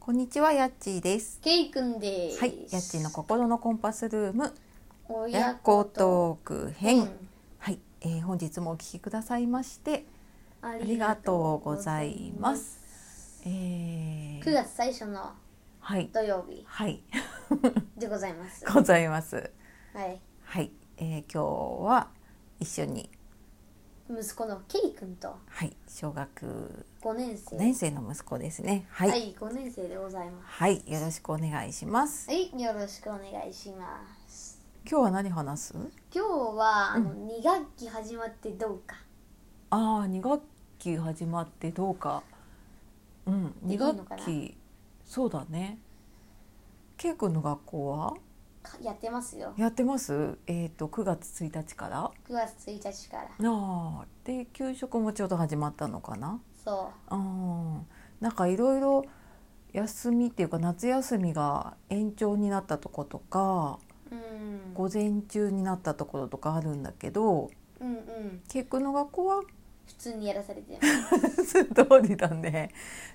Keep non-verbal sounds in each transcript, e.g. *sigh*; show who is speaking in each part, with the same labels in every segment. Speaker 1: こんにちは、やっちーです。
Speaker 2: ケイくんです。
Speaker 1: はい、やっちーの心のコンパスルーム、
Speaker 2: 親
Speaker 1: やっこ。トーク編。はい、えー本日もお聞きくださいまして、
Speaker 2: あ
Speaker 1: ありがとうございます。。えー
Speaker 2: 9月最初の
Speaker 1: はい、
Speaker 2: 土曜日
Speaker 1: はい、 *laughs*
Speaker 2: でございます。
Speaker 1: ございます。
Speaker 2: はい。
Speaker 1: はい、えー今日は一緒に、
Speaker 2: 息子のケイくんと
Speaker 1: はい、小学
Speaker 2: 5年生。
Speaker 1: 5年生の息子ですね。は、
Speaker 2: はいい、5年生でございま
Speaker 1: はい、よろしくお願いします
Speaker 2: す。。はい、よろしくお願いします。
Speaker 1: 今日は何話す？
Speaker 2: 今日はあの2学期始まってどうか。
Speaker 1: ああ二学期始まってどうかうん
Speaker 2: で
Speaker 1: 二
Speaker 2: いいの
Speaker 1: 学
Speaker 2: かな
Speaker 1: 期そうだねけいくんの学校は
Speaker 2: かやってますよ。
Speaker 1: やってますえっ、と9月1日から
Speaker 2: 9月1日から。
Speaker 1: ああで給食もちょうど始まったのかな
Speaker 2: そ
Speaker 1: うんなんかいろいろ休みっていうか夏休みが延長になったとことか
Speaker 2: う。うん。
Speaker 1: 午前中になったところとかあるんだけど
Speaker 2: うんうん。
Speaker 1: けいくんの学校は
Speaker 2: 普通にやらされてます。
Speaker 1: *laughs* 通りだね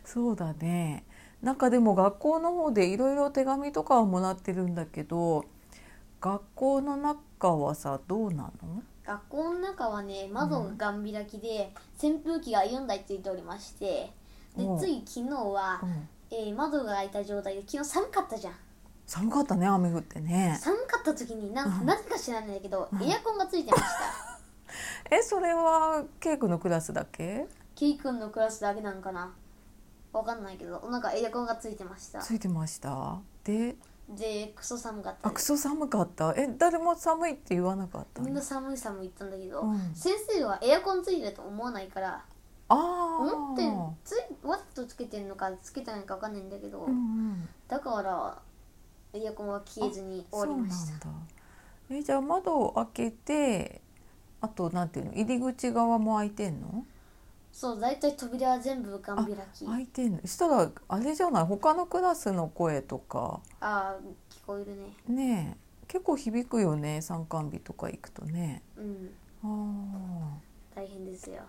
Speaker 1: そうだねなんかでも学校の方でいろいろ手紙とかはもらってるんだけど学校の中はさどうなの
Speaker 2: 学校の中はね窓がガン開きで、扇風機が4台ついておりましてで
Speaker 1: おう
Speaker 2: つい昨日は
Speaker 1: う、ん、
Speaker 2: えー窓が開いた状態で昨日寒かったじゃん
Speaker 1: 寒かったね雨降ってね
Speaker 2: 寒かった時にな
Speaker 1: うん
Speaker 2: んなぜか知らないんだけど、
Speaker 1: うん
Speaker 2: エアコンがついてました
Speaker 1: えそれはケイ君のクラスだけ
Speaker 2: ケイ君のクラスだけなんかなわかんないけどなんかエアコンがついてました
Speaker 1: ついてましたで
Speaker 2: でクソ寒かった
Speaker 1: あ
Speaker 2: で
Speaker 1: ク
Speaker 2: す
Speaker 1: ソ寒かったえ誰も寒いって言わなかったの
Speaker 2: みんな寒い寒い言ったんだけど、
Speaker 1: うん
Speaker 2: 先生はエアコンついてると思わないから思
Speaker 1: あ
Speaker 2: ってんついわっとつけてんのかつけてないのかわかんないんだけど、
Speaker 1: あ、うんうん、
Speaker 2: だからエアコンは消えずに終わりました
Speaker 1: そうなんだえじゃあ窓を開けてあとなんていうの入り口側も開いてんの
Speaker 2: そう大体扉は全部ガン開きあ
Speaker 1: 開いてんのしたらあれじゃない他のクラスの声とか
Speaker 2: あー聞こえるね
Speaker 1: ねえ結構響くよね参観日とか行くとね
Speaker 2: うん
Speaker 1: ああ
Speaker 2: 大変ですよ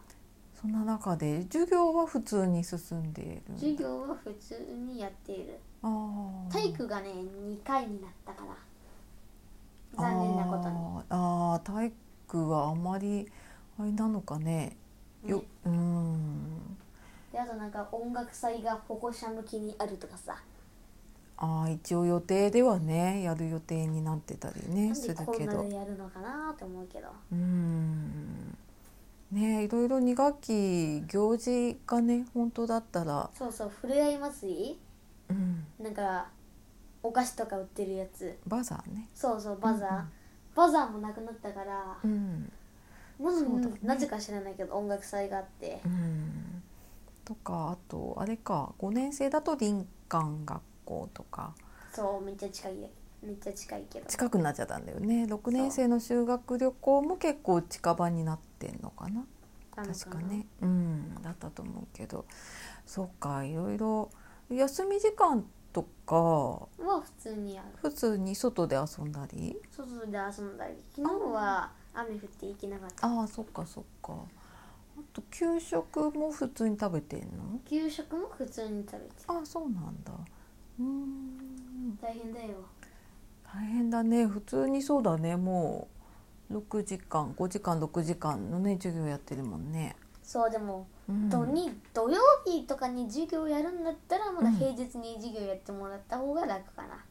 Speaker 1: そんな中で授業は普通に進んでいる
Speaker 2: 授業は普通にやっている
Speaker 1: あー
Speaker 2: 体育がね2回になったから残念なこ
Speaker 1: あ
Speaker 2: とに
Speaker 1: ーあー体育はあまりあれなのかねよ
Speaker 2: ね
Speaker 1: うん
Speaker 2: であとなんか音楽祭が保護者向きにあるとかさ
Speaker 1: ああ一応予定ではねやる予定になってたり
Speaker 2: な
Speaker 1: ね
Speaker 2: ん
Speaker 1: す
Speaker 2: で
Speaker 1: る
Speaker 2: こ
Speaker 1: け
Speaker 2: んな
Speaker 1: ど
Speaker 2: でやるのかなと思うけど
Speaker 1: うーんねいろいろ2学期行事がね本当だったら、
Speaker 2: そうそうふれあい祭
Speaker 1: うん、
Speaker 2: りなんかお菓子とか売ってるやつ
Speaker 1: バザーね、
Speaker 2: そうそうバザー、
Speaker 1: うんうん
Speaker 2: バザーもなくなったから
Speaker 1: うん
Speaker 2: な
Speaker 1: そうだね
Speaker 2: なぜか知らないけど音楽祭があって
Speaker 1: うん、とかあとあれか5年生だと林間学校とか
Speaker 2: そうめっちゃ近いめっちゃ近いけど
Speaker 1: 近くなっちゃったんだよね6年生の修学旅行も結構近場になってんのかな
Speaker 2: なの
Speaker 1: 確かね、うん、だったと思うけどそうかいろいろ休み時間とか
Speaker 2: は普通にある
Speaker 1: 普通に外で遊んだり
Speaker 2: 外で遊んだり昨日は雨降って行けなかった
Speaker 1: ああそっかそっかあと給食も普通に食べてんの
Speaker 2: 給食も普通に食べて
Speaker 1: ああそうなんだうーん
Speaker 2: 大変だよ
Speaker 1: 大変だね普通にそうだねもう6時間5時間6時間のね授業やってるもんね、
Speaker 2: そうでも、
Speaker 1: うん、
Speaker 2: 土に土曜日とかに授業やるんだったらまだ平日に授業やってもらった方が楽かな、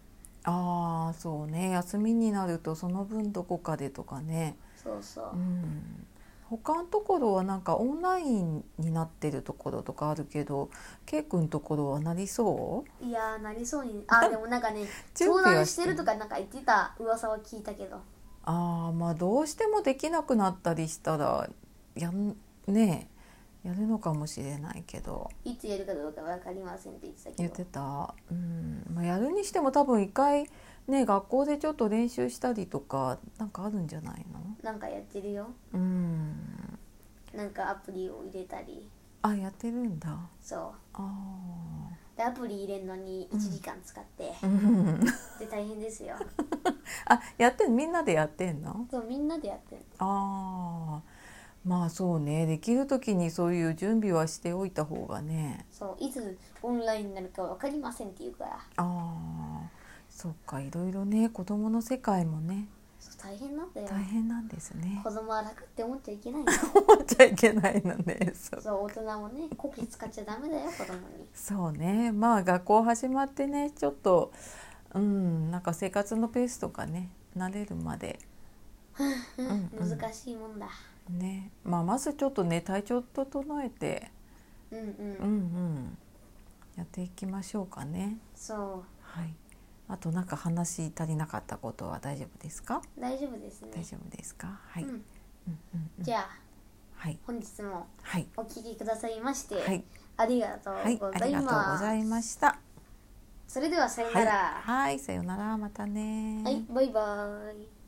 Speaker 1: ああそうね休みになるとその分どこかでとかね
Speaker 2: そうそう、
Speaker 1: うん他のところはなんかオンラインになってるところとかあるけど、ケイ君のところはなりそう？
Speaker 2: いやーなりそうに *laughs* あでもなんかね
Speaker 1: 準
Speaker 2: 相
Speaker 1: 備は
Speaker 2: 談してるとかなんか言ってた噂は聞いたけど
Speaker 1: ああ、まあどうしてもできなくなったりしたらやんねえやるのかもしれないけど、
Speaker 2: いつやるかどうか分かりませんって言ってたけ
Speaker 1: 言っ
Speaker 2: ど
Speaker 1: てた。うん、まあやるにしても多分一回ね学校でちょっと練習したりとかなんかあるんじゃないの？
Speaker 2: なんかやってるよ
Speaker 1: うん。
Speaker 2: なんかアプリを入れたり
Speaker 1: あ、やってるんだ。
Speaker 2: そ
Speaker 1: ああ。
Speaker 2: うでアプリ入れるのに1時間使って、
Speaker 1: うん。
Speaker 2: で大変ですよ
Speaker 1: あ、やってんみんなでやってんの？
Speaker 2: そうみんなでやってる
Speaker 1: ああまあそうねできる時にそういう準備はしておいた方がね
Speaker 2: そういつオンラインになるか分かりませんっていうから
Speaker 1: ああそっかいろいろね子供の世界もね
Speaker 2: そう大変なんだよ
Speaker 1: 大変なんですね
Speaker 2: 子。供は楽って思っちゃいけないよ
Speaker 1: 思っちゃいけないのねそう
Speaker 2: そう大人もねこき使っちゃダメだよ子供に
Speaker 1: そうねまあ学校始まってねちょっとうんなんか生活のペースとかね慣れるまでうんうん
Speaker 2: 難しいもんだ
Speaker 1: ね、まあ、まずちょっとね体調整えて
Speaker 2: うんう
Speaker 1: うん
Speaker 2: ん
Speaker 1: うんやっていきましょうかね。
Speaker 2: そ
Speaker 1: はい。あとなんか話足りなかったことは大丈夫ですか？
Speaker 2: う大丈夫ですね
Speaker 1: 大丈夫ですか？はい。
Speaker 2: うん
Speaker 1: うんうんうん
Speaker 2: じゃあ
Speaker 1: はい
Speaker 2: 本日も
Speaker 1: はい
Speaker 2: お聞きくださいまして、
Speaker 1: はい
Speaker 2: ありがとう
Speaker 1: はい
Speaker 2: ご
Speaker 1: あ
Speaker 2: ざ
Speaker 1: り
Speaker 2: い
Speaker 1: がとうご
Speaker 2: ます、
Speaker 1: ざいました。
Speaker 2: それではさよ
Speaker 1: は
Speaker 2: ないら、
Speaker 1: はいさようならまたね。
Speaker 2: はい、バイバイ。